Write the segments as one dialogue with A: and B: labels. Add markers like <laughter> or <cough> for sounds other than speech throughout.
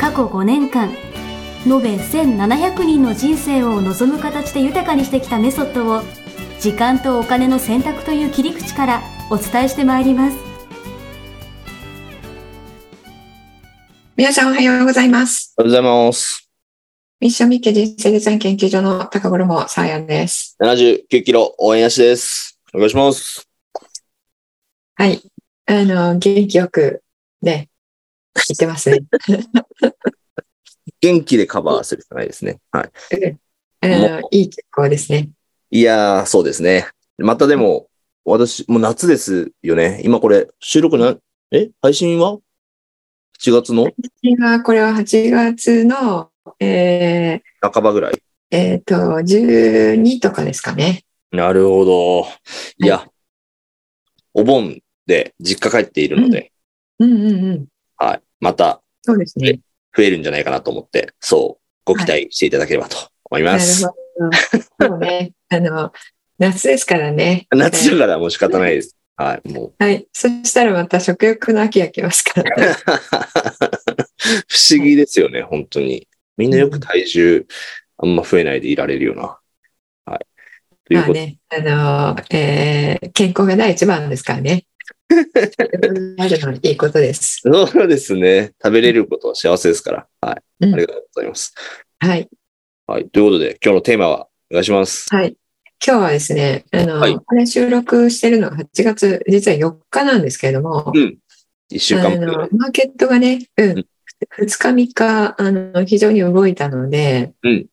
A: 過去5年間延べ1700人の人生を望む形で豊かにしてきたメソッドを時間とお金の選択という切り口からお伝えしてまいります
B: 皆さんおはようございます。
C: おはようございます。
B: ミッションミッケ人生デザイン研究所の高頃もさあやんです。
C: 79キロ応援やしです。お願いします。
B: はい。あの、元気よくね、言って <laughs> ますね。
C: 元気でカバーするしかないですね。は
B: あの、いい結構ですね。
C: い。いやー、そうですね。またでも、私、もう夏ですよね。今これ、収録な、え配信は ?7 月の
B: 今、これは8月の、え
C: 半ばぐらい。
B: ー、えっ、と、12とかですかね。
C: なるほど。いや、お盆で実家帰っているので、
B: うんうんうん。
C: はい。また
B: そうですね。
C: 増えるんじゃないかなと思って、そう、ご期待していただければと思い
B: な
C: ま
B: る
C: す。
B: ほど。そうね。あの、夏ですからね。
C: 夏だからもう仕方ないです。はい。もう、
B: はい。そしたらまた食欲の秋が来ますからね。
C: <laughs> 不思議ですよね、本当に。みんなよく体重、あんま増えないでいられるよな。はい。という
B: まあ
C: ことで、
B: ね、あのー、えー健康が第一番ですからね。あるのいいことです。
C: そうですね。食べれることは幸せですから。はい。
B: うん
C: ありがとうございます。
B: はい。
C: はい。ということで、今日のテーマは、お願いします。
B: はい。今日はですね、あのー、
C: はい
B: これ収録してるのが8月、実は4日なんですけれども、
C: うん。一週
B: あ
C: 間分。
B: のマーケットがね、うん、
C: ん
B: 2日3日、あの、非常に動いたので、
C: うん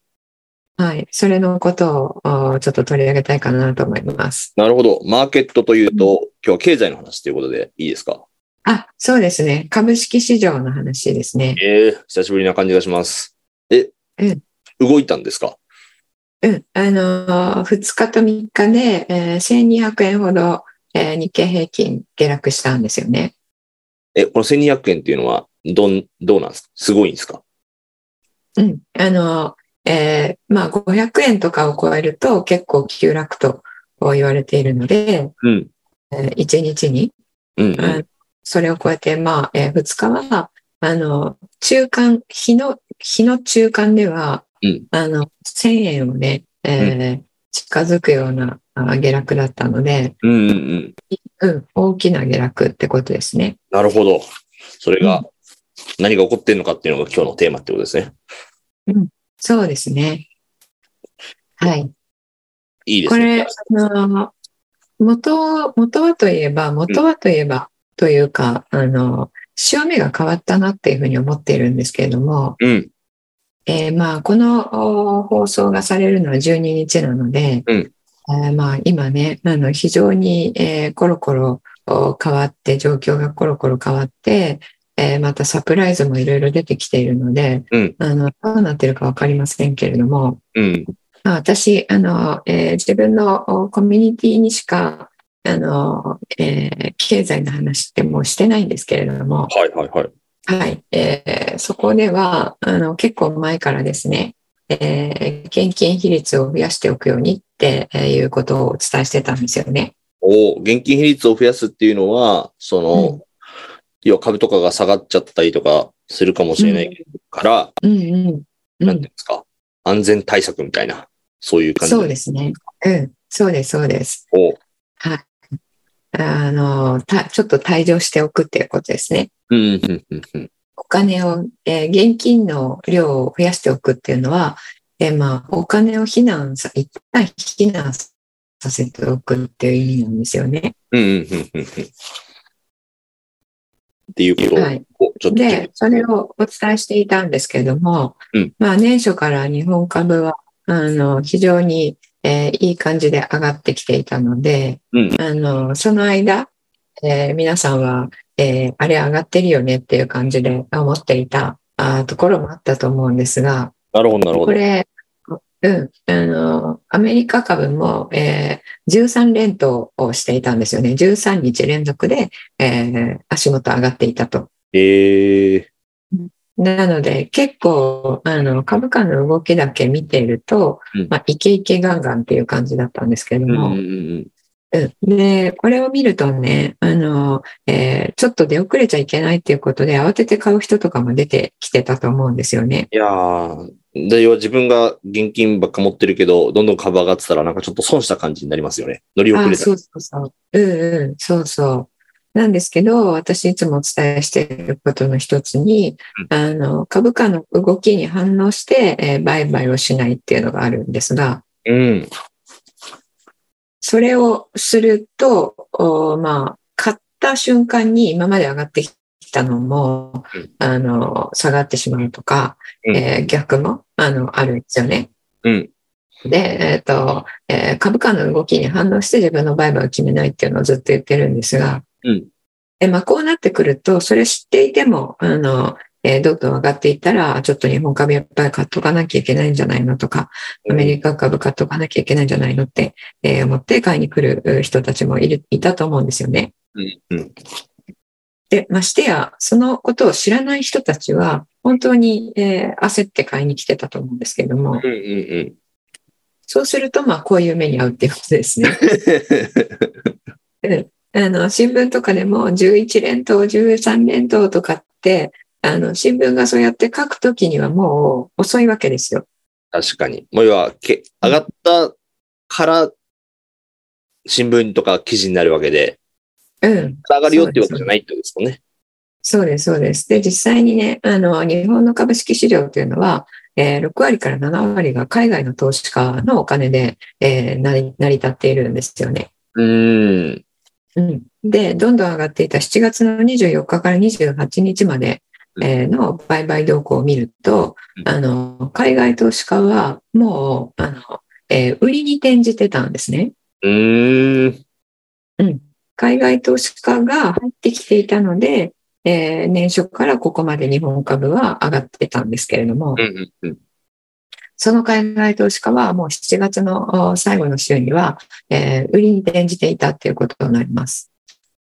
B: はい。それのことをおちょっと取り上げたいかなと思います。
C: なるほど。マーケットというと、今日は経済の話ということでいいですか
B: あ、そうですね。株式市場の話ですね。
C: ええ久しぶりな感じがします。え、
B: うん
C: 動いたんですか
B: うん、あのー、2日と3日で、えー1200円ほど、えー日経平均下落したんですよね。
C: え、この1200円っていうのは、どん、どうなんですかすごいんですか
B: うん、あのー、えーまあ、500円とかを超えると結構急落と言われているので、
C: うん。
B: え1日に、
C: うん。
B: うんそれを超えて、まあ、え2日は、あのー、中間、日の、日の中間では、
C: うん
B: あの、1000円をね、えー近づくようなあ下落だったので、
C: うんうんうん。
B: うん、大きな下落ってことですね。
C: なるほど。それ
B: う
C: が、何が起こってんのかっていうのが今日のテーマってことですね。
B: そうですね。はい。
C: いいで
B: こ
C: すね。
B: れ、あの、元、元はといえば、元はといえば、というか、あの、潮目が変わったなっていうふうに思っているんですけれども、
C: うん。
B: えーまあ、このお放送がされるのは12日なので、
C: うん
B: えーまあ、今ね、あの、非常に、えーコロコロお変わって、状況がコロコロ変わって、えーまたサプライズもいろいろ出てきているので、
C: うん
B: あの、どうなってるかわかりませんけれども、
C: うん。
B: まあ、私、あの、えー自分のおコミュニティにしか、あの、えー経済の話ってもうしてないんですけれども、
C: はいはいはい。
B: はい、えーそこでは、あの、結構前からですね、えー献金比率を増やしておくようにっていうことをお伝えしてたんですよね。
C: お現金比率を増やすっていうのは、その、
B: う
C: 要は株とかが下がっちゃったりとかするかもしれないから、
B: うんうんうん。
C: なんていうんですか、安全対策みたいな、そういう感じ
B: そうですね。うん、そうです、そうです。
C: お
B: はい。あの、た、ちょっと退場しておくっていうことですね。
C: うんうんうんうん。
B: お金を、えー現金の量を増やしておくっていうのは、えーまあ、お金を避難さ、一旦避難させておくっていう意味なんですよね。
C: うんうんうんうんうん。っていうことを、
B: はい
C: ちょっと。
B: で、それをお伝えしていたんですけれども、
C: うん
B: まあ、年初から日本株は、あの、非常に、えーいい感じで上がってきていたので、
C: うん
B: あの、その間、えー皆さんは、えーあれ上がってるよねっていう感じで思っていたあーところもあったと思うんですが、
C: なるほど、なるほ
B: こ
C: ど。
B: れ、うん、あの、アメリカ株も、えー13連投をしていたんですよね。13日連続で、えー足元上がっていたと。
C: ええ
B: なので、結構、あの、株価の動きだけ見ていると、
C: うん
B: まあ、イケイケガンガンっていう感じだったんですけれど
C: うんうん
B: も、
C: うん
B: うんで、これを見るとね、あの、えーちょっと出遅れちゃいけないっていうことで、慌てて買う人とかも出てきてたと思うんですよね。
C: いやー、で要は自分が現金ばっか持ってるけど、どんどん株上がってたら、なんかちょっと損した感じになりますよね。乗り
B: あ
C: 遅
B: あ
C: れた
B: そうそうそう。うんうん、そうそう。なんですけど、私いつもお伝えしていることの一つに、あの、株価の動きに反応して、えー売買をしないっていうのがあるんですが、
C: うん。
B: それをすると、おまあ、買った瞬間に今まで上がってきたのも
C: うん、
B: あの、下がってしまうとか、
C: うん
B: えー逆も、あの、あるんですよね。
C: うん。
B: で、えっ、と、えー株価の動きに反応して自分の売買を決めないっていうのをずっと言ってるんですが、
C: うん
B: でまあ、こうなってくると、それ知っていても、あの、えーどんどん上がっていったら、ちょっと日本株やっぱり買っとかなきゃいけないんじゃないのとか、アメリカ株買っとかなきゃいけないんじゃないのって、えー思って買いに来る人たちもいるいたと思うんですよね。
C: うんうん。
B: で、ましてや、そのことを知らない人たちは、本当に、えー焦って買いに来てたと思うんですけども、
C: うんうん <laughs>
B: そうすると、まあ、こういう目に遭うっていうことですね。 <laughs> あの、新聞とかでも、11連投、13連投とかって、あの、新聞がそうやって書くときにはもう遅いわけですよ。
C: 確かに。もう要はけ、上がったから、新聞とか記事になるわけで、
B: うん。
C: 上がるよってことじゃないってことですもんね。
B: そうです、そうです。で、実際にね、あの、日本の株式市場というのは、えー6割から7割が海外の投資家のお金で、えー成り成り立っているんですよね。
C: うーん。
B: うん、で、どんどん上がっていた7月の24日から28日まで、えーの売買動向を見ると
C: う、ん
B: あの、海外投資家はもう、あの、えー売りに転じてたんですね。
C: うーん。
B: 海外投資家が入ってきていたので、えー年初からここまで日本株は上がってたんですけれども
C: う、んうんうん。
B: その海外投資家はもう7月のお最後の週には、えー売りに転じていたということになります。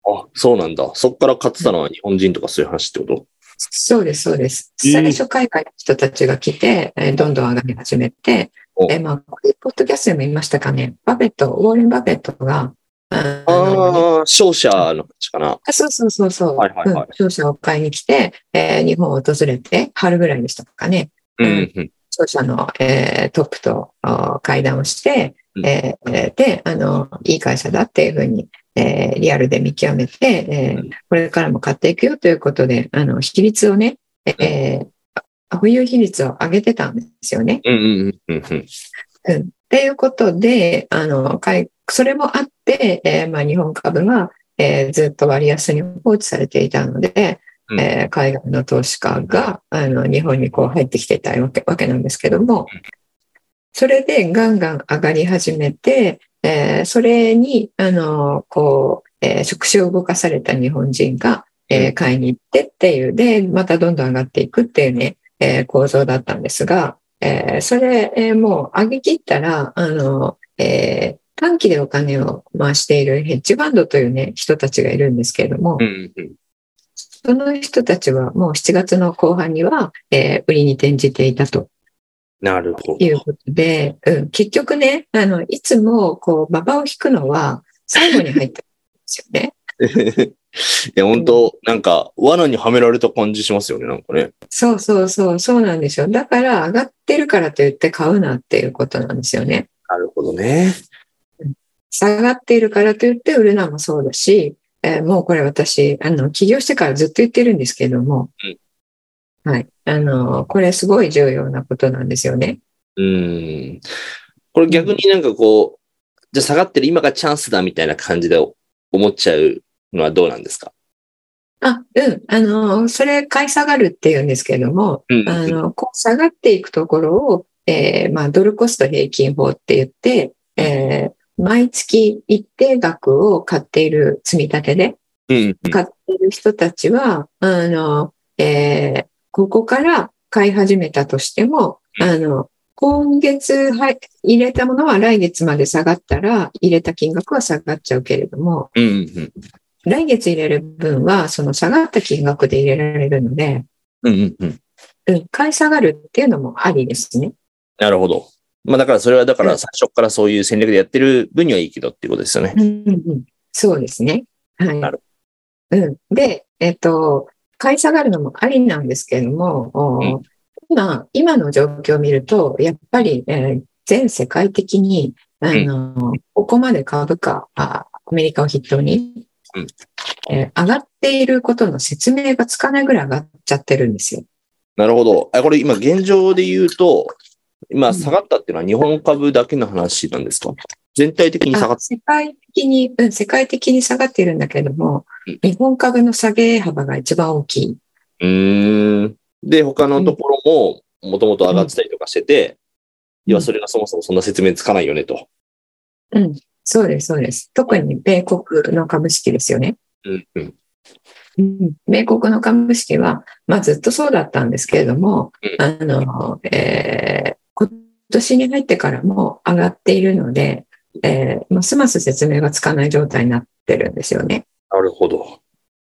C: あ、そうなんだ。そっから買ってたのは日本人とかそういう話ってこと
B: そうです、そうです。
C: えー
B: 最初海外の人たちが来て、えーどんどん上がり始めて
C: お、
B: えーまあ、これ、ポッドキャストでも言いましたかね、バフェット、ウォーレン・バフェットが、あの
C: ああ、勝者の話かな。
B: あそうそうそうそう、
C: はいはいはい
B: うん商社を買いに来て、えー日本を訪れて、春ぐらいでしたかね、
C: うんうん。
B: 商社の、えートップとあー会談をして、
C: うん
B: えーえーであの、いい会社だっていうふうに、えーリアルで見極めて、えー
C: うん
B: これからも買っていくよということで、あの比率をね、えー保有比率を上げてたんですよね。
C: うんうんうんうん
B: っていうことで、あの、海それもあって、えーまあ、日本株は、えーずっと割安に放置されていたので、
C: うん
B: えー海外の投資家があの日本にこう入ってきていたわけわけなんですけども、それでガンガン上がり始めて、えーそれに、あの、こう、えー触手を動かされた日本人が、えー買いに行ってっていう、で、またどんどん上がっていくっていうね、えー構造だったんですが、えーそれ、えーもう上げ切ったら、あの、えー短期でお金を回しているヘッジファンドというね、人たちがいるんですけれども、
C: うんうん。
B: その人たちはもう7月の後半には、えー売りに転じていたと
C: なるほ
B: いう
C: ど。
B: ことで、うん、結局ね、あの、いつも、こう、馬場を引くのは最後に入ってるんですよね。
C: いや、本当なんか、罠にはめられた感じしますよね、なんかね。
B: そうそうそう、そうなんですよ。だから、上がってるからといって買うなっていうことなんですよね。
C: なるほどね。
B: 下がっているからといって売るのもそうだし、えーもうこれ私、あの、起業してからずっと言ってるんですけども、はい。あの、これすごい重要なことなんですよね。
C: うん。これ逆になんかこう、じゃあ下がってる今がチャンスだみたいな感じで思っちゃうのはどうなんですか
B: あ、うん。あの、それ買い下がるっていうんですけども、
C: うん
B: あの、こう下がっていくところを、えーまあ、ドルコスト平均法って言って、えー毎月一定額を買っている積み立てで、
C: うん。
B: 買っている人たちは、あの、えーここから買い始めたとしても、あの、今月はい入れたものは来月まで下がったら、入れた金額は下がっちゃうけれども、
C: うんうん
B: 来月入れる分は、その下がった金額で入れられるので、
C: うん。うんうんうん。
B: うん、買い下がるっていうのもありですね。
C: なるほど。まあだからそれはだか
B: う
C: ら
B: ん
C: 最初からそういう戦略でやってる分にはいいけどっていうことですよね。
B: うんうんうんそうですね。はい。
C: なる
B: うん。で、えっと、買い下がるのもありなんですけれども、お
C: うん
B: 今、今の状況を見ると、やっぱり、えー全世界的に、あの、ここまで株価、あアメリカを筆頭に、
C: うん
B: えー上がっていることの説明がつかないぐらい上がっちゃってるんですよ。
C: なるほど。あ、これ今現状で言うと、
B: う
C: 今
B: ん
C: 下がったっていうのは日本株だけの話なんですか全体的に下が
B: あ
C: っ
B: 世界的に、うん、世界的に下がっているんだけども
C: うん、
B: 日本株の下げ幅が一番大きい。
C: うーん。で、他のところも、もともと上がってたりとかしてて、
B: うん
C: 要はそれがそもそもそんな説明つかないよねと。
B: うん、そうです、そうです。特に米国の株式ですよね。
C: うんうん。
B: うん、米国の株式は、まあずっとそうだったんですけれども
C: う、ん
B: あの、えー今年に入ってからも上がっているので、えーますます説明がつかない状態になってるんですよね。
C: なるほど。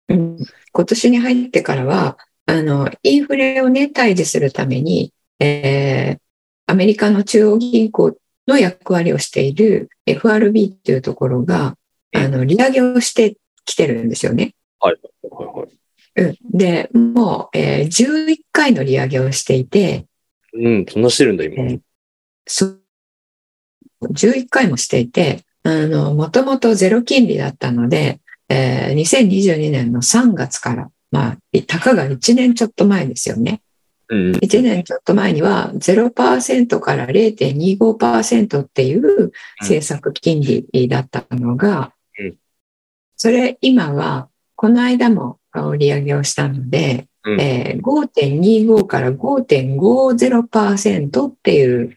B: うん、今年に入ってからは、あの、インフレをね、退治するために、えーアメリカの中央銀行の役割をしている FRB っていうところが、あの、利上げをしてきてるんですよね。
C: はいはい。
B: うん、で、もう、えー11回の利上げをしていて、
C: うん、そんなしてるんだ、今。
B: えーそう11回もしていて、あの、もともとゼロ金利だったので、えー2022年の3月から、まあ、たかが1年ちょっと前ですよね。
C: うん。
B: 1年ちょっと前には0%から0.25%っていう政策金利だったのが
C: うん、
B: それ今は、この間も利上げをしたので、
C: うん
B: えー5.25から5.50%っていう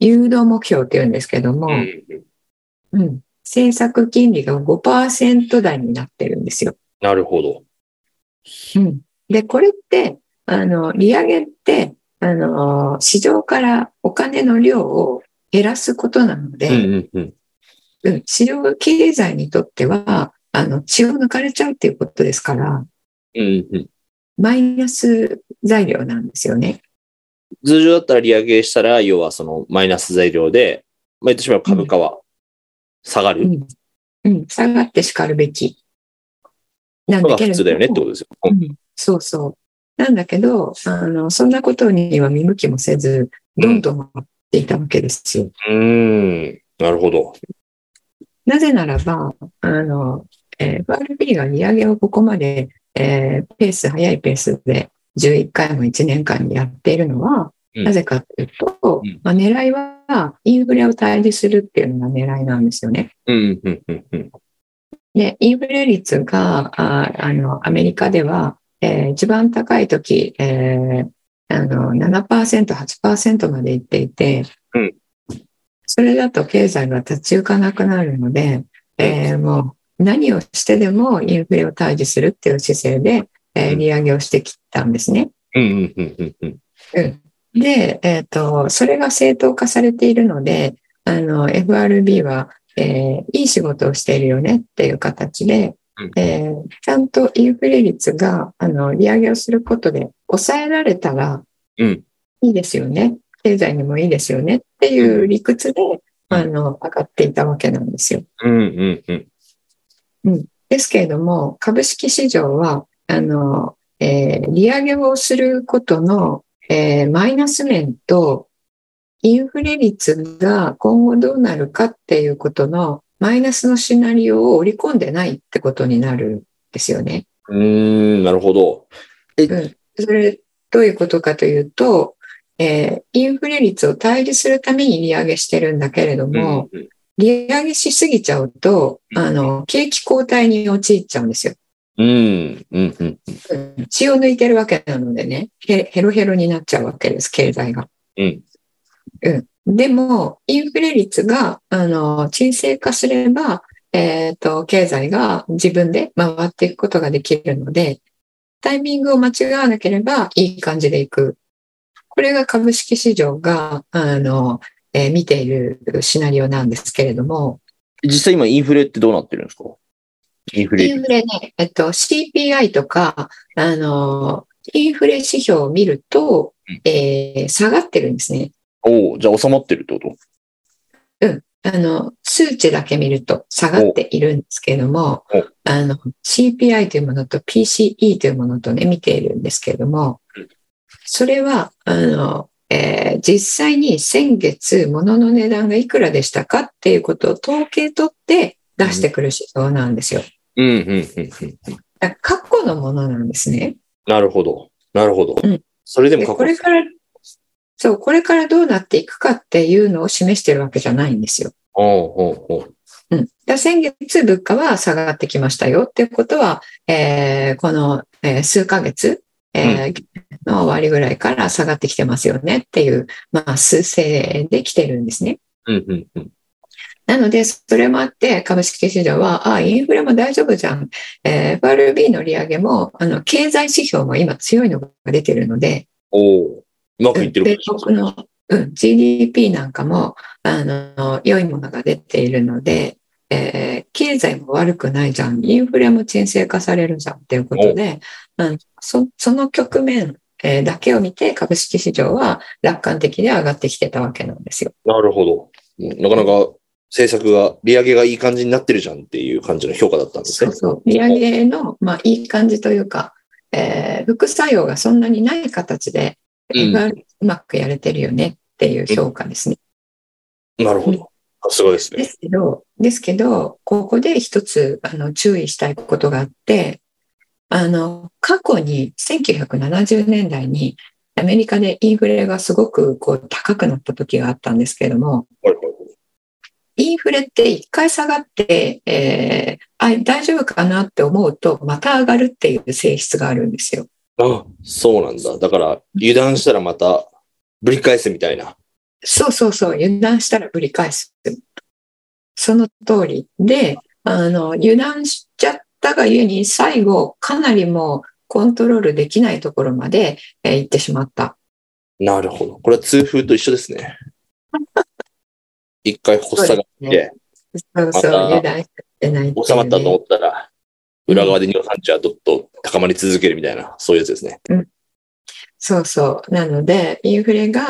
B: 誘導目標っていうんですけども、
C: うん
B: うん政策金利が5%台になってるんですよ。
C: なるほど。
B: うん、で、これって、あの、利上げって、あの、市場からお金の量を減らすことなの
C: うん
B: で、
C: うんうん。
B: うん、市場経済にとっては、あの、血を抜かれちゃうっていうことですから、
C: うんうん。
B: マイナス材料なんですよね。
C: 通常だったら利上げしたら、要はそのマイナス材料で、まあ、言ってしまえば株価は下が
B: う
C: る
B: ん。うん、下がって叱るべき。なん
C: のが
B: だけ
C: 普
B: れ
C: 通だよねって
B: ども、
C: ことですよ。
B: うん、そうそう。なんだけど、あの、そんなことには見向きもせず、どんどん上がっていたわけですよ。
C: うん。なるほど。
B: なぜならば、あの、えー FRB が利上げをここまで、えーペース、早いペースで11回も1年間にやっているのは、
C: うん
B: なぜかというと、
C: うん
B: まあ、狙いはインフレを対峙するっていうのが狙いなんですよね。
C: うんうんうんうん。
B: で、インフレ率が、ああの、アメリカでは、えー一番高い時、えーあの、7%、8%までいっていて、
C: うん
B: それだと経済が立ち行かなくなるので、えーもう何をしてでもインフレを退治するっていう姿勢で、えー
C: うん
B: 利上げをしてきたんですね。
C: うんうんうんうんうん。
B: で、えっ、と、それが正当化されているので、あの、FRB は、えーいい仕事をしているよねっていう形で
C: うん、
B: えーちゃんとインフレ率が、あの、利上げをすることで抑えられたら、
C: うん
B: いいですよね。経済にもいいですよねっていう理屈で、あの、上がっていたわけなんですよ。
C: うんうんうん。
B: ですけれども、株式市場は、あの、えー利上げをすることの、えーマイナス面と、インフレ率が今後どうなるかっていうことのマイナスのシナリオを織り込んでないってことになるんですよね。
C: うーん、なるほど。
B: それ、どういうことかというと、えーインフレ率を対峙するために利上げしてるんだけれども、
C: うんうん
B: 利上げしすぎちゃうと、あの、景気後退に陥っちゃうんですよ。
C: うんうんうん
B: 血を抜いてるわけなのでね、へヘロヘロになっちゃうわけです、経済が。
C: うん
B: うん。でも、インフレ率が、あの、沈静化すれば、えっ、と、経済が自分で回っていくことができるので、タイミングを間違わなければいい感じでいく。これが株式市場が、あの、えー見ているシナリオなんですけれども、
C: 実際今インフレってどうなってるんですかインフ
B: イン
C: レ。
B: フレね、えっと、CPI とか、あの、インフレ指標を見ると
C: うん、
B: えー下がってるんですね。
C: おおじゃあ収まってるってこと
B: あの、数値だけ見ると下がっているんですけれども
C: おお、
B: あの、CPI というものと PCE というものとね、見ているんですけれども
C: うん、
B: それは、あの、えー実際に先月、物の値段がいくらでしたかっていうことを統計取って出してくる指標なんですよ。
C: うん、うん、うん、うん。
B: だから過去のものなんですね。
C: なるほど。なるほど。
B: うん
C: それでも
B: で
C: 過去
B: これから、そう、これからどうなっていくかっていうのを示してるわけじゃないんですよ。
C: おうおうおう
B: うん、だから先月物価は下がってきましたよっていうことは、えーこの、えー数ヶ月、えーの終わりぐらいから下がってきてますよねっていう、まあ、数勢で来てるんですね。
C: うん、うん、うん。
B: なので、それもあって、株式市場は、ああ、インフレも大丈夫じゃん。えー FRB の利上げも、あの、経済指標も今強いのが出てるので、
C: おおうまくいってる
B: 米国の、うん、GDP なんかもあの良いものが出ているので、えー経済も悪くないじゃんインフレも沈静化されるじゃんっていうことで、うん、そその局面えーだけを見て株式市場は楽観的で上がってきてたわけなんですよ。
C: なるほど。なかなか政策が、利上げがいい感じになってるじゃんっていう感じの評価だったんです
B: そ
C: ね
B: う。そう利上げの、まあ、いい感じというか、えー副作用がそんなにない形で、
C: うん
B: FRB うまくやれてるよねっていう評価ですね。
C: なるほど。さすがです
B: で
C: ね。
B: すけど、ですけど、ここで一つあの注意したいことがあって、あの、過去に1970年代にアメリカでインフレがすごくこう高くなった時があったんですけれども、
C: はいはい
B: インフレって一回下がって、えーあ、大丈夫かなって思うと、また上がるっていう性質があるんですよ。
C: あそうなんだ。だから、油断したらまた、ぶり返すみたいな。
B: そうそうそう、油断したらぶり返す。その通り。で、あの、油断しちゃったがゆえに、最後、かなりもうコントロールできないところまで、えー行ってしまった。
C: なるほど。これは痛風と一緒です <laughs> ね。一回発作が来て、
B: そうそう、
C: また
B: 油断しちゃってないっていうね
C: 収まったと思ったら、裏側で尿酸値はどっと高まり続けるみたいな、そういうやつですね。
B: そうそう。なので、インフレが、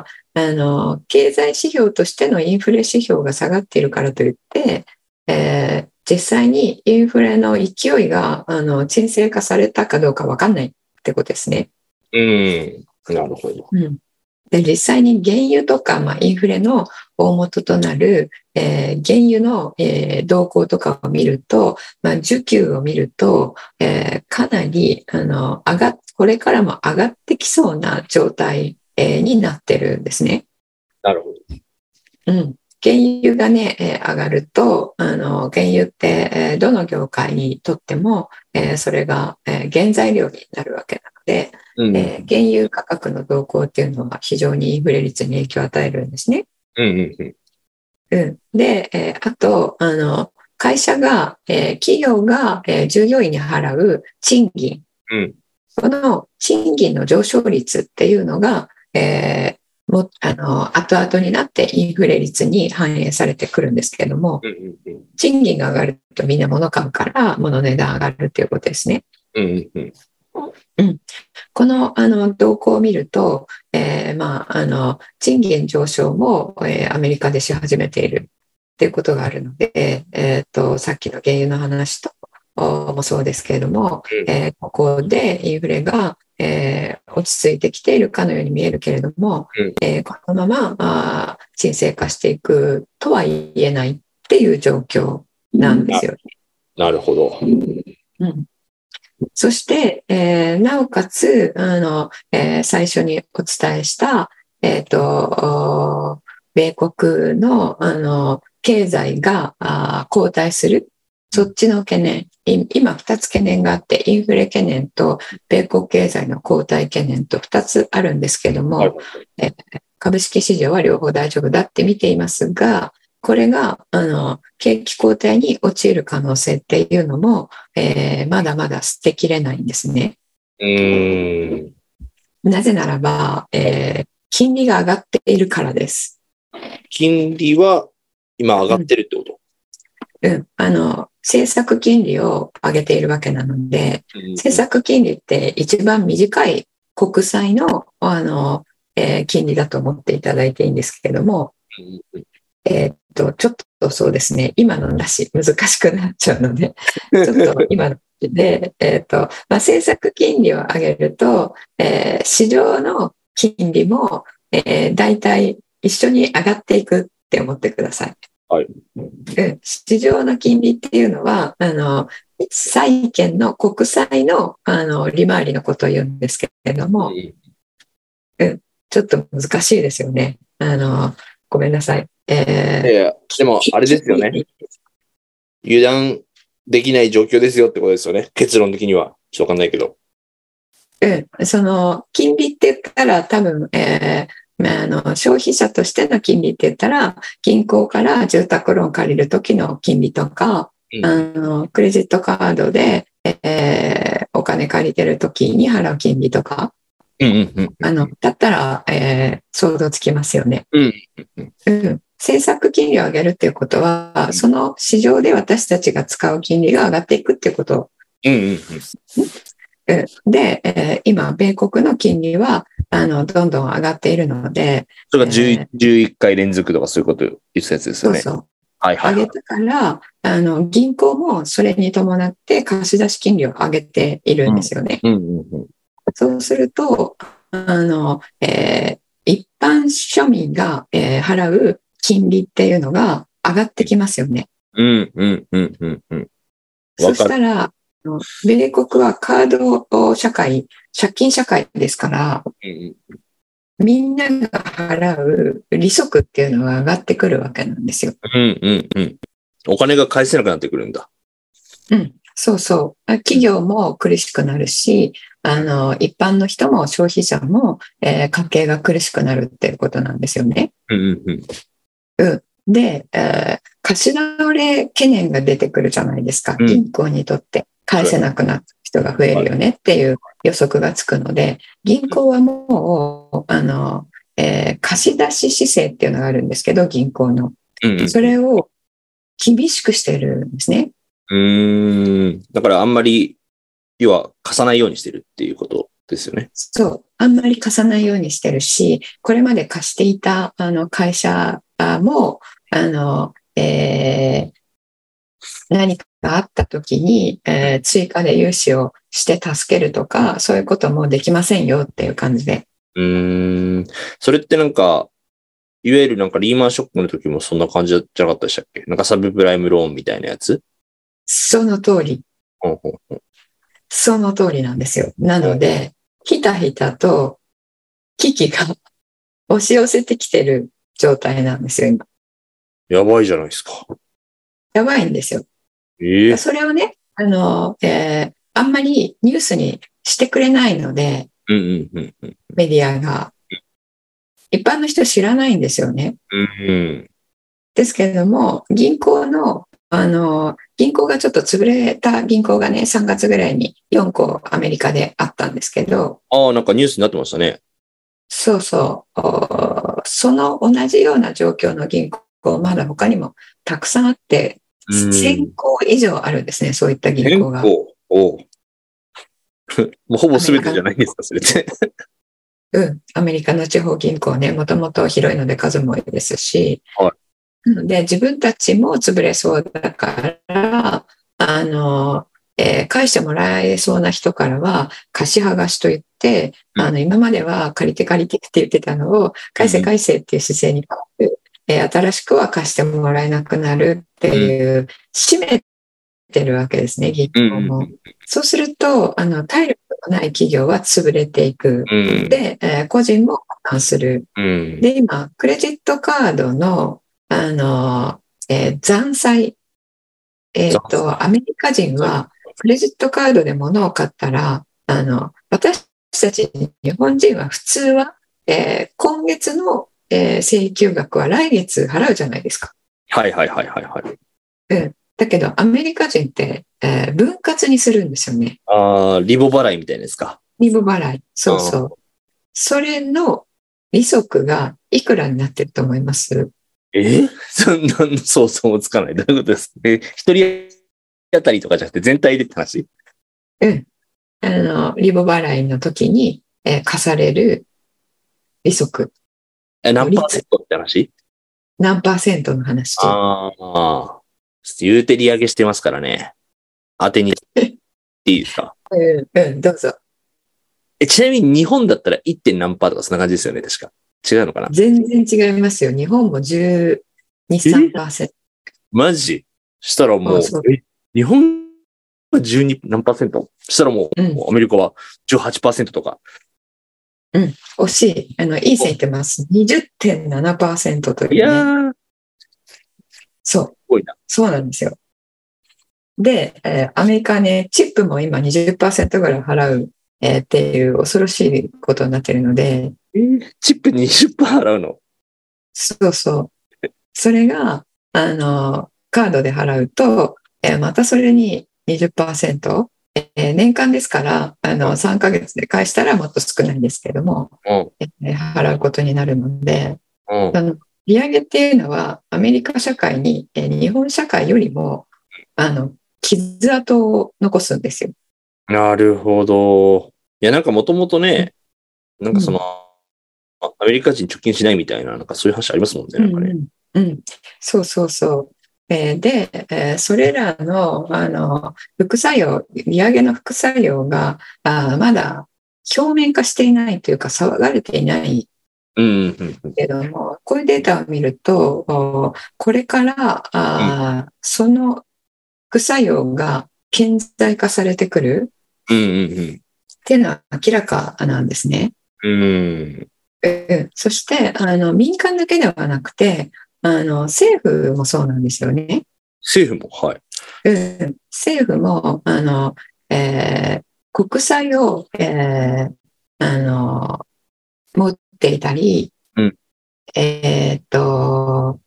B: あーあの、経済指標としてのインフレ指標が下がっているからといって、えー実際にインフレの勢いが、あの、沈静化されたかどうかわかんないってことですね。
C: うん。なるほど。
B: うん、で実際に原油とか、まあ、インフレの大元となる、えー原油の、えー動向とかを見ると、まあ、需給を見ると、えーかなりあの上がっこれからも上がってきそうな状態、えーになってるんですね。
C: なるほど。
B: うん、原油がね、えー上がるとあの原油って、えーどの業界にとっても、えーそれが、えー原材料になるわけなので、
C: うん。
B: えー原油価格の動向っていうのは非常にインフレ率に影響を与えるんですね。
C: うんうんうん。
B: うん、で、えーあとあの会社が、えー企業が、えー従業員に払う賃金、
C: うん
B: この賃金の上昇率っていうのが、えーもあの後々になってインフレ率に反映されてくるんですけども
C: うんうんうん。
B: 賃金が上がるとみんな物買うから物値段上がるっていうことですね。
C: うんうんうん。
B: このあの動向を見ると、えーまあ、あの賃金上昇も、えーアメリカでし始めているっていうことがあるので、えー、とさっきの原油の話とおもそうですけれども、
C: うん
B: えーここでインフレが、えー落ち着いてきているかのように見えるけれども、
C: うん
B: えーこのままあー沈静化していくとは言えないっていう状況なんですよ
C: なるほど。
B: うんそして、えーなおかつあの、えー最初にお伝えした、えー、とお米国のあの経済があー後退するそっちの懸念い今2つ懸念があってインフレ懸念と米国経済の後退懸念と2つあるんですけども、
C: はい
B: 株式市場は両方大丈夫だって見ていますが、これが、あの、景気後退に陥る可能性っていうのも、えーまだまだ捨てきれないんですね。
C: うん。
B: なぜならば、えー金利が上がっているからです。
C: 金利は今上がってるってこと、
B: うん。あの、政策金利を上げているわけなので、政策金利って一番短い国債の、あの、えー金利だと思っていただいていいんですけれども、えーっと、ちょっとそうですね、今のなし難しくなっちゃうので、ちょっと今ので、えーっとまあ、政策金利を上げると、えー市場の金利も、えー、大体一緒に上がっていくって思ってください。
C: はい
B: うん、市場の金利っていうのはあの債券の国債のあの利回りのことを言うんですけれども、ちょっと難しいですよね。あのごめんなさい。えー
C: いやいやでも、あれですよね。。油断できない状況ですよってことですよね。結論的には。ちょっとわかんないけど。
B: うん、その金利って言ったら多分、えーまあ、あの消費者としての金利って言ったら銀行から住宅ローン借りる時の金利とか、
C: うん
B: あのクレジットカードで、えーお金借りてる時に払う金利とか
C: うんうん
B: あのだったら、えー想像つきますよね。
C: うん
B: うん政策金利を上げるっていうことは、その市場で私たちが使う金利が上がっていくっていうこと
C: うん。うんう
B: う
C: ん
B: んで、えー今、米国の金利は、あの、どんどん上がっているので、
C: それ
B: え
C: が
B: ー
C: 11, 11回連続とかそういうこと言ってたやつです
B: そ
C: よ
B: う
C: ね。
B: そう、
C: はいは
B: 上
C: い、
B: げたから、あの、銀行もそれに伴って貸し出し金利を上げているんですよね。
C: うんうんうん。
B: そうすると、あの、えー一般庶民が、えー払う金利っていうのが上がってきますよね。
C: うんうんうんうんうん。
B: そ
C: わ
B: し
C: かる。
B: たら、あの米国はカード社会、借金社会ですから、
C: うん
B: みんなが払う利息っていうのは上がってくるわけなんですよ。
C: うんうんうん。お金が返せなくなってくるんだ。
B: うん、そうそう。企業も苦しくなるし、あの、一般の人も消費者も、えー家計が苦しくなるっていうことなんですよね。
C: うんうんうん。
B: で、えー貸し倒れ懸念が出てくるじゃないですか。
C: うん
B: 銀行にとって返せなくなった人が増えるよねっていう予測がつくので、銀行はもう、あの、えー貸し出し姿勢っていうのがあるんですけど、銀行の。
C: うんうん
B: それを厳しくしてるんですね。
C: うーん。だからあんまり、要は貸さないようにしてるっていうことですよね。
B: そう。あんまり貸さないようにしてるし、これまで貸していたあの会社あも、あの、えー何かあった時に、えー追加で融資をして助けるとか、そういうこともできませんよっていう感じで。
C: うーん。それってなんか、いわゆるなんかリーマンショックの時もそんな感じじゃなかったでしたっけなんかサブプライムローンみたいなやつ
B: その通り、
C: ほうほうほう
B: その通りなんですよ。なので、ひたひたと危機が押し寄せてきてる状態なんですよ、今。
C: やばいじゃないですか。
B: やばいんですよ。
C: ええ
B: それをね、あの、えーあんまりニュースにしてくれないので、
C: うんうんうんうん。
B: メディアが。一般の人知らないんですよね。
C: うん
B: ですけれども、銀行の、あの、銀行がちょっと潰れた銀行がね、3月ぐらいに4個アメリカであったんですけど、
C: ああ、なんかニュースになってましたね。
B: そうそう、おその同じような状況の銀行、まだ他にもたくさんあって、1000行以上あるんですね、そういった銀行が。
C: 構。おう <laughs> もうほぼ全てじゃないんですか、それって。
B: うん、アメリカの地方銀行ね、もともと広いので数も多いですし、
C: は
B: なので自分たちも潰れそうだから、あの、えー返してもらえそうな人からは、貸し剥がしといって、
C: うん
B: あの、今までは借りて借りてって言ってたのを、返せ返せっていう姿勢に変わる、えー新しくは貸してもらえなくなるっていう、締めてるわけですね、銀行も。そうすると、あの、体力のない企業は潰れていく。
C: うん。
B: で、えー個人も保管する。
C: うん。
B: で、今、クレジットカードの、あのーえー残債。えっ、
C: 残
B: と、アメリカ人は、クレジットカードで物を買ったら、あの、私たち日本人は普通は、えー今月の、えー請求額は来月払うじゃないですか。
C: はいはいはいはいはい。
B: だけど、アメリカ人って、えー分割にするんですよね。
C: ああ、リボ払いみたいなですか。
B: リボ払い。そうそう。それの利息がいくらになってると思います
C: え <laughs> そんなの想像もつかない。どういうことですかえ一人当たりとかじゃなくて全体でって話
B: あの、リボ払いの時に、えー課される利息。
C: え、何パーセントって話
B: 何パーセントの話。
C: ああ。ちょっと言うて利上げしてますからね。当てに。いいですか
B: うん、うん、どうぞ。
C: え、ちなみに日本だったら 1. 点何パーとかそんな感じですよね、確か。違うのかな
B: 全然違いますよ。日本も12、3%。
C: マジしたらもう
B: あそう、
C: え日本は12何パーセントしたらもう、
B: うん
C: もうアメリカは18%とか。
B: 惜しい。あの、いい線いってます。20.7%という、ね。
C: いやー、
B: そう。す
C: ごいな。
B: そうなんですよ。で、えーアメリカね、チップも今20%ぐらい払う、えーっていう恐ろしいことになってるので、
C: えーチップ20%払うの
B: そうそう。
C: <laughs>
B: それが、あの、カードで払うと、えーまたそれに20%、えー年間ですから、あの、3ヶ月で返したらもっと少ないんですけども、
C: うん。
B: えー払うことになるので、
C: うん。
B: あの利上げっていうのはアメリカ社会に、えー日本社会よりもあの傷跡を残すんですよ。
C: なるほど。いや、なんかもともとね、なんかその、あアメリカ人貯金しないみたいな、なんかそういう話ありますもんね、なんかね。
B: うんうんそうそうそう。えーで、えーそれらのあの副作用利上げの副作用があーまだ表面化していないというか騒がれていない
C: うん、うん、うん。
B: けども、こういうデータを見ると、おこれから、あーその副作用が顕在化されてくる
C: うん、うん
B: っていうのは明らかなんですね。
C: うん。うん。
B: うん、そしてあの民間だけではなくてあの政府もそうなんですよね。
C: 政府も、はい。
B: うん、政府もあの、えー国債を、えーあの持っていたり、
C: うん
B: えーっと、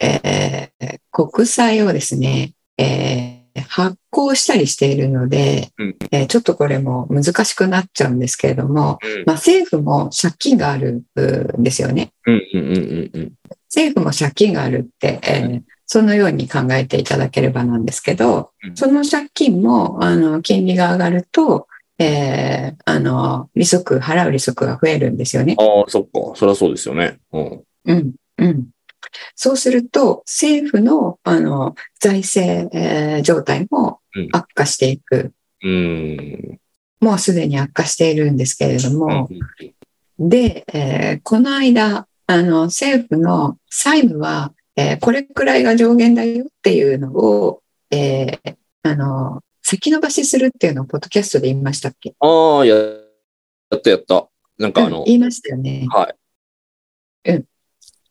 B: えー国債をですね、えー発行したりしているので、
C: うん
B: えーちょっとこれも難しくなっちゃうんですけれども、まあ、政府も借金があるうんですよね。
C: うん、うん、うん、うん。
B: 政府も借金があるって、えーそのように考えていただければなんですけど
C: う、ん
B: その借金も、あの、金利が上がると、えーあの、利息、払う利息が増えるんですよね。
C: ああ、そっか。そりゃそうですよね。うん。
B: うん、うん。そうすると、政府の、あの、財政、えー状態も
C: うん
B: 悪化していく。
C: うん。
B: もうすでに悪化しているんですけれど
C: う
B: も
C: ん、
B: で、えーこの間、あの、政府の債務は、えーこれくらいが上限だよっていうのを、えーあの、先延ばしするっていうのをポッドキャストで言いましたっけ
C: ああ、ややったやった。なんかあ
B: うん
C: の、
B: 言いましたよね。。
C: はい
B: うん。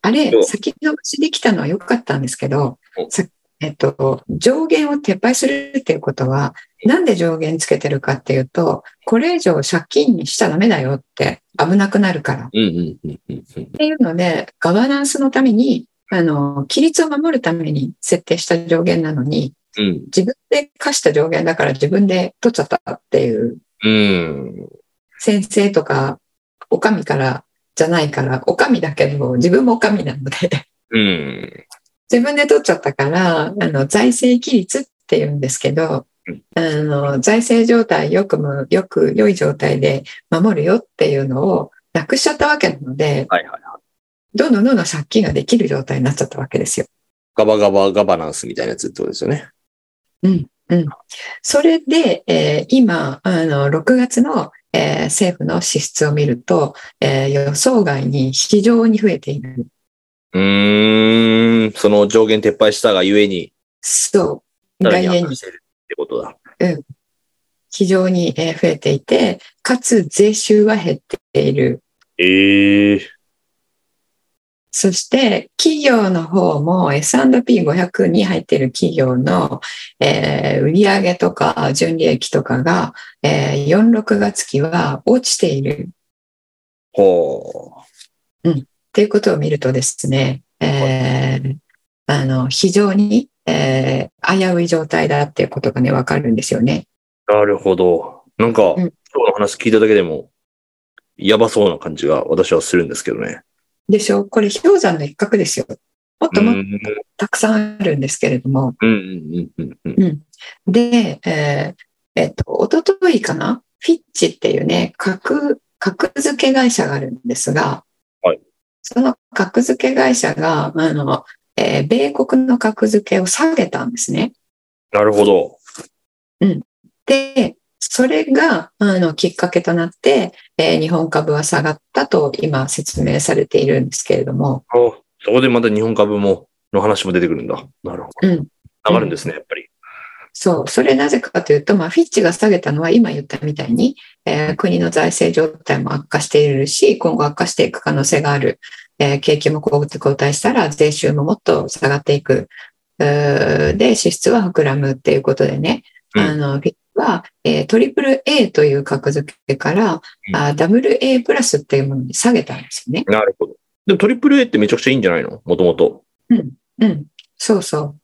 B: あ
C: そう
B: れ、先延ばしできたのは良かったんですけど
C: うん、
B: さえっと、上限を撤廃するっていうことは、なんで上限つけてるかっていうと、これ以上借金にしちゃダメだよって、危なくなるから。
C: うん、うん、うん、うんうん。
B: っていうので、ガバナンスのために、あの、規律を守るために設定した上限なのに、
C: うん。
B: 自分で課した上限だから自分で取っちゃったっていう、
C: うん。
B: 先生とか、お上からじゃないから、お上だけど、自分もお上なので、 <laughs>
C: うん。
B: 自分で取っちゃったから、あの、財政規律って言うんですけど
C: うん、
B: あの、財政状態よくも、よく良い状態で守るよっていうのをなくしちゃったわけなので、
C: はいはい。
B: どんどんどんどん借金ができる状態になっちゃったわけですよ。
C: ガバガバガバナンスみたいなやつってことですよね。
B: それで、えー今、あの、6月の、えー政府の支出を見ると、えー予想外に非常に増えている。
C: うーん、その上限撤廃したがゆえに、
B: そう。
C: さら
B: 外
C: に
B: 縁
C: 悪化
B: に
C: してるってことだ。
B: 非常にえー増えていて、かつ税収は減っている。
C: ええ
B: そして、企業の方も S&P500 に入っている企業の、えー売上とか純利益とかが、えー4、6月期は落ちている。
C: ほう。
B: っていうことを見るとですね、えーあの非常に、えー危うい状態だっていうことがね分かるんですよね。
C: なるほど。なんか、
B: うん
C: 今日の話聞いただけでも、やばそうな感じが私はするんですけどね。
B: でしょこれ氷山の一角ですよ。もっ
C: う
B: と
C: ん、う
B: もっと
C: ん、
B: たくさんあるんですけれども、
C: うん、うん、うん。
B: で、えーえっと、おとといかなフィッチっていうね、格、格付け会社があるんですが、
C: はい
B: その格付け会社が、あの、えー米国の格付けを下げたんですね。
C: なるほど。
B: で、それが、あの、きっかけとなって、えー日本株は下がったと今説明されているんですけれども、
C: あそこでまた日本株も、の話も出てくるんだ。なるほど。
B: うん
C: 上がるんですね、やっぱり。
B: そう、それなぜかというと、まあ、フィッチが下げたのは今言ったみたいに、えー国の財政状態も悪化しているし、今後悪化していく可能性がある。えー景気も後退したら税収ももっと下がっていく。うーで、支出は膨らむっていうことでね、
C: うん
B: あの、フィッチは、えー、トリプル A という格付けから
C: う、ん
B: あダブル A プラスっていうものに下げたんですよね。
C: なるほど。でもトリプル A ってめちゃくちゃいいんじゃないのもともと。
B: うん。そうそう。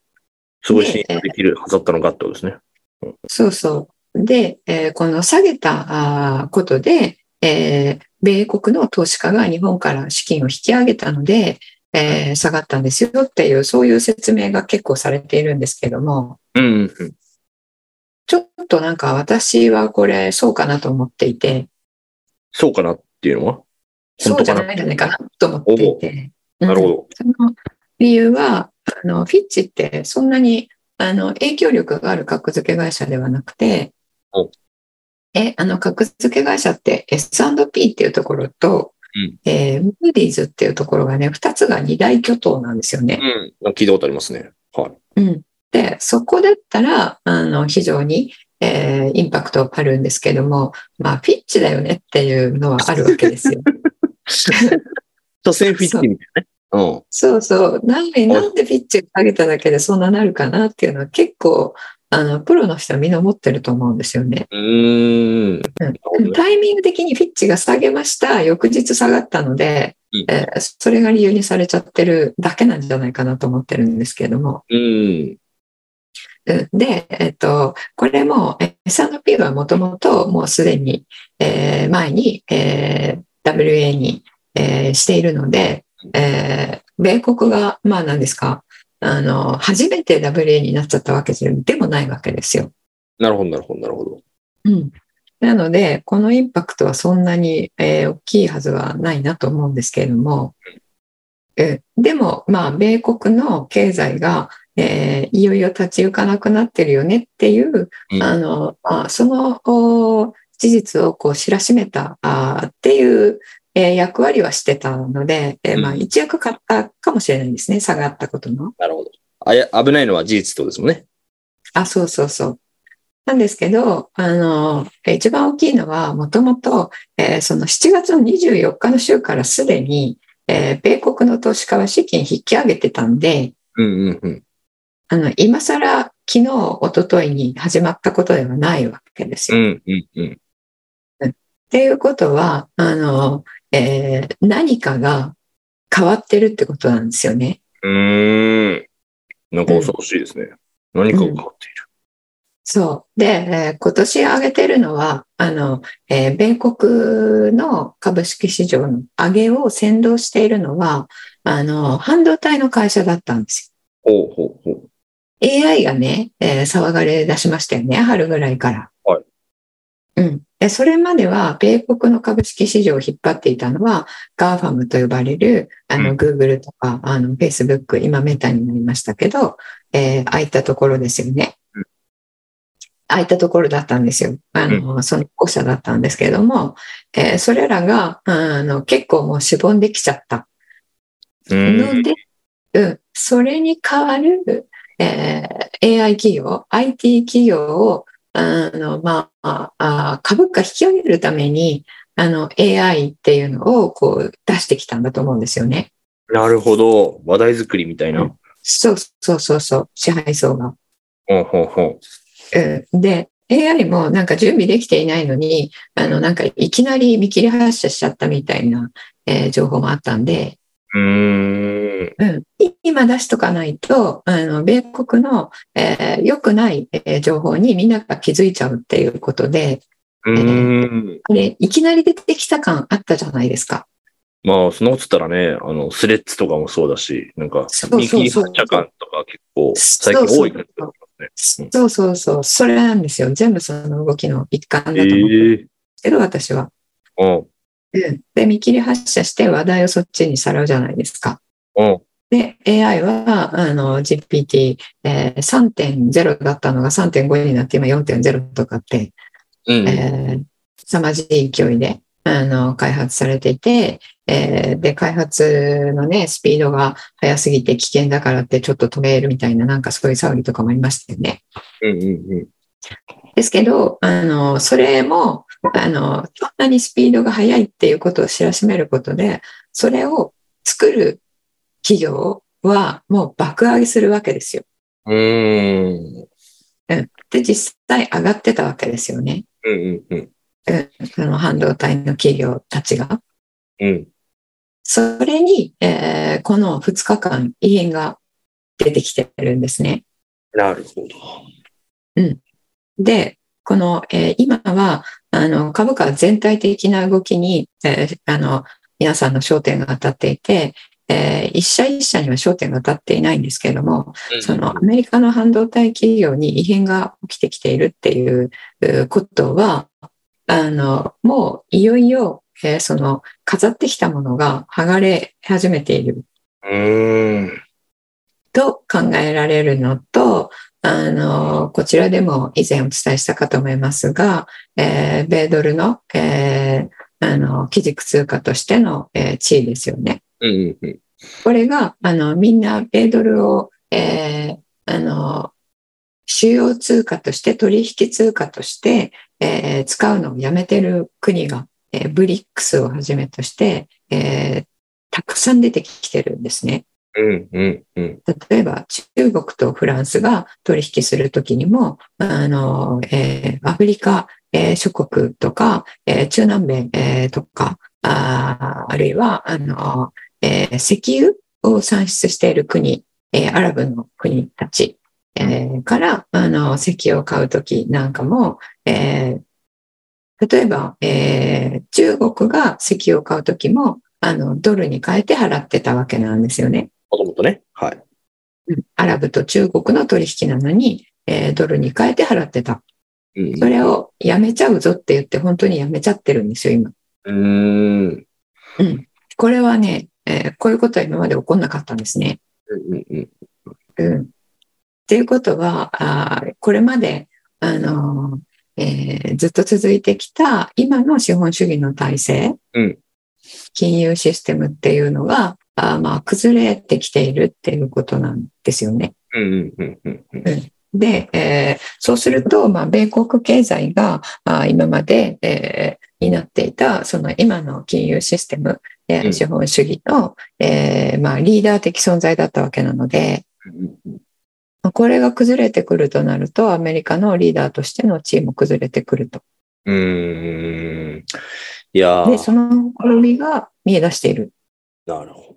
C: すごい信用できるはずだったのがってことですね。
B: そうそう。で、えーこの下げたあーことで、えー米国の投資家が日本から資金を引き上げたので、えー下がったんですよっていう、そういう説明が結構されているんですけども、
C: うん、うん、うん。
B: ちょっとなんか私はこれそうかなと思っていて、
C: そうかなっていうのは
B: そ
C: 本
B: う
C: 当
B: じ
C: か
B: ゃ
C: な
B: ないんじゃないかなと思っていて。
C: なるほ
B: うん
C: ど。
B: その理由は、あのフィッチってそんなにあの影響力がある格付け会社ではなくて
C: お、
B: えあの格付け会社って S&P っていうところと、
C: うん
B: えームーディーズっていうところがね、2つが二大巨頭なんですよね。
C: うん。聞いたことありますね。 <laughs> は
B: う
C: い。
B: ん、で、そこだったら、あの非常に、えーインパクトあるんですけども、まあ、フィッチだよねっていうのはあるわけですよ。
C: 所詮フィッティみたいなね。うん。
B: そうそう。なんで、
C: はい
B: なんでピッチ上げただけでそんななるかなっていうのは結構、あの、プロの人はみんな思ってると思うんですよね。
C: うーん。
B: タイミング的にフィッチが下げました。翌日下がったので、
C: うん
B: えーそれが理由にされちゃってるだけなんじゃないかなと思ってるんですけれども。
C: うん。
B: うんで、えっと、これもえー S&P はもともともうすでに、えー前に、えー WA に、えーしているので、えー米国が、まあ何ですか、あの、初めて WA になっちゃったわけでもないわけですよ。
C: なるほど、なるほど、なるほど。
B: うん。なので、このインパクトはそんなに、えー大きいはずはないなと思うんですけれども、えでも、まあ、米国の経済が、えーいよいよ立ち行かなくなってるよねっていう、
C: うん
B: あの、まあ、そのお事実をこう知らしめたあーっていう、えー役割はしてたので、えーまあ、
C: うん
B: 一役買ったかもしれないですね、下がったことの。
C: なるほど。あや、危ないのは事実ってことですもんね。
B: あ、そうそうそう。なんですけど、あの、一番大きいのは、もともと、えーその7月の24日の週からすでに、えー米国の投資家は資金引き上げてたんで、
C: うん、うん、うん。
B: あの、今更、昨日、一昨日に始まったことではないわけです
C: う
B: よ。っ
C: ん、うん、うん。
B: ていうことは、あの、えー何かが変わってるってことなんですよね。
C: うーん。なんか恐ろしいですね。何かが変わっている。
B: そう。で、えー今年上げてるのは、あの、えー米国の株式市場の上げを先導しているのは、あの、半導体の会社だったんです
C: ほうほうほう。
B: よ。AI がね、えー騒がれ出しましたよね、春ぐらいから。
C: はい。
B: うん。で、それまでは、米国の株式市場を引っ張っていたのは、GAFAM と呼ばれる、あ
C: う
B: の、
C: ん
B: Google とか、あの、Facebook、今メタになりましたけど、えーああいったところですよね
C: うん。
B: ああいったところだったんですよ。あの、その5社だったんですけれども、えーそれらが、あの、結構もうしぼんできちゃった。
C: うー
B: の
C: ん。
B: で、うん、それに代わる、えー AI 企業、IT 企業を、あの、まあ、あ株価引き上げるために、あの、AI っていうのを、こう、出してきたんだと思うんですよね。
C: なるほど。話題作りみたいな。
B: う
C: うん
B: ん、そうそうそうそう、支配層が。
C: ほうほ
B: うんで、AI もなんか準備できていないのに、あの、なんかいきなり見切り発車しちゃったみたいな、えー情報もあったんで、
C: う。うーん。
B: うん、今出しとかないと、あの、米国の、えー良くない、えー情報にみんなが気づいちゃうっていうことで、
C: うーん。
B: あれ、いきなり出てきた感あったじゃないですか。
C: まあ、そんなこと言ったらね、あの、スレッズとかもそうだし、なんか、
B: そうそう
C: ミ
B: そう
C: キ発着感とか結構、最近多い感じだったね。
B: そうそうそう、それなんですよ。全部その動きの一環だと思うんで
C: ええ
B: すけど、私は。
C: うん。
B: うんで、見切り発車して話題をそっちにさらうじゃないですか。
C: うん。
B: で、AI は、あの、GPT、えー、3.0だったのが3.5になって、今4.0とかって、
C: うん。
B: えー、凄まじい勢いで、あの、開発されていて、えーで、開発のね、スピードが速すぎて危険だからってちょっと止めるみたいな、なんかそういう騒ぎとかもありましたよね。
C: うんうんうん。
B: ですけど、あの、それも、あの、そんなにスピードが速いっていうことを知らしめることで、それを作る企業はもう爆上げするわけですよ。
C: うーん。
B: で、実際上がってたわけですよね。
C: うんうんうん。
B: その半導体の企業たちが。
C: うん。
B: それに、えーこの2日間異変が出てきてるんですね。
C: なるほど。
B: で、この、えー今はあの株価全体的な動きに、えーあの皆さんの焦点が当たっていて、えー一社一社には焦点が当たっていないんですけれども、そのアメリカの半導体企業に異変が起きてきているっていううことは、あのもういよいよ、えーその飾ってきたものが剥がれ始めている
C: うーん。
B: と考えられるのと、あの、こちらでも以前お伝えしたかと思いますが、えー米ドルの、えーあの、基軸通貨としての、えー地位ですよね。
C: うんうんうん。
B: これが、あの、みんな米ドルを、えーあの、主要通貨として、取引通貨として、えー使うのをやめてる国が、えーブリックスをはじめとして、えーたくさん出てきてるんですね。
C: うんうんうん。
B: 例えば中国とフランスが取引するときにもあの、えーアフリカ、えー諸国とか、えー中南米、えーとかあーあるいはあの、えー石油を産出している国、えーアラブの国たち、えーからあの石油を買うときなんかも、えー例えば、えー中国が石油を買うときもあのドルに変えて払ってたわけなんですよね。
C: もともとね。はい。
B: うんアラブと中国の取引なのに、えードルに変えて払ってた。
C: うん
B: それをやめちゃうぞって言って、本当にやめちゃってるんですよ、今。
C: うーん。
B: これはね、えーこういうことは今まで起こんなかったんですね。
C: うんうんうん。
B: うん。っていうことは、あーこれまで、あのーえーずっと続いてきた今の資本主義の体制、
C: うん
B: 金融システムっていうのが、あーまあ、崩れてきているっていうことなんですよね。
C: うんうんうんうん。
B: で、えーそうすると、まあ、米国経済があー今まで、えーになっていた、その今の金融システム、えー
C: うん
B: 資本主義の、えーまあ、リーダー的存在だったわけなので、
C: うんうん
B: まあこれが崩れてくるとなると、アメリカのリーダーとしての地位も崩れてくると。
C: うーん。いや
B: で、そ
C: ー、
B: のほころびが見え出している。
C: なるほ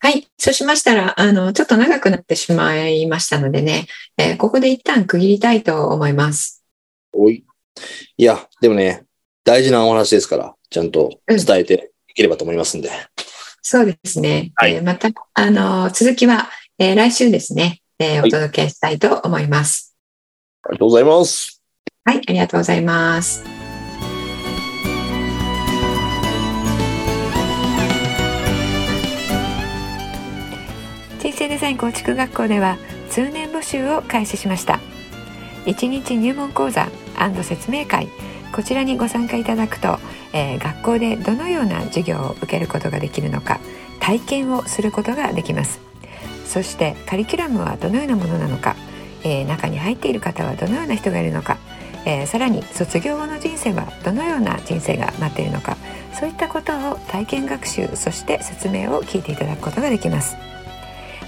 B: はい。そうしましたら、あの、ちょっと長くなってしまいましたのでね、えーここで一旦区切りたいと思います。
C: ど。おい。いや、でもね、大事なお話ですから、ちゃんと伝えていければと思いますんで。
B: そうですね。
C: はい
B: えーまた、あの、続きは、えー来週ですね、えー
C: はい
B: お届けしたいと思います。
C: ありがとうございます。
B: はい、ありがとうございます。
D: 人生デザイン構築学校では通年募集を開始しました1日入門講座説明会こちらにご参加いただくと、えー学校でどのような授業を受けることができるのか体験をすることができますそしてカリキュラムはどのようなものなのか、えー中に入っている方はどのような人がいるのか、えーさらに卒業後の人生はどのような人生が待っているのかそういったことを体験学習そして説明を聞いていただくことができます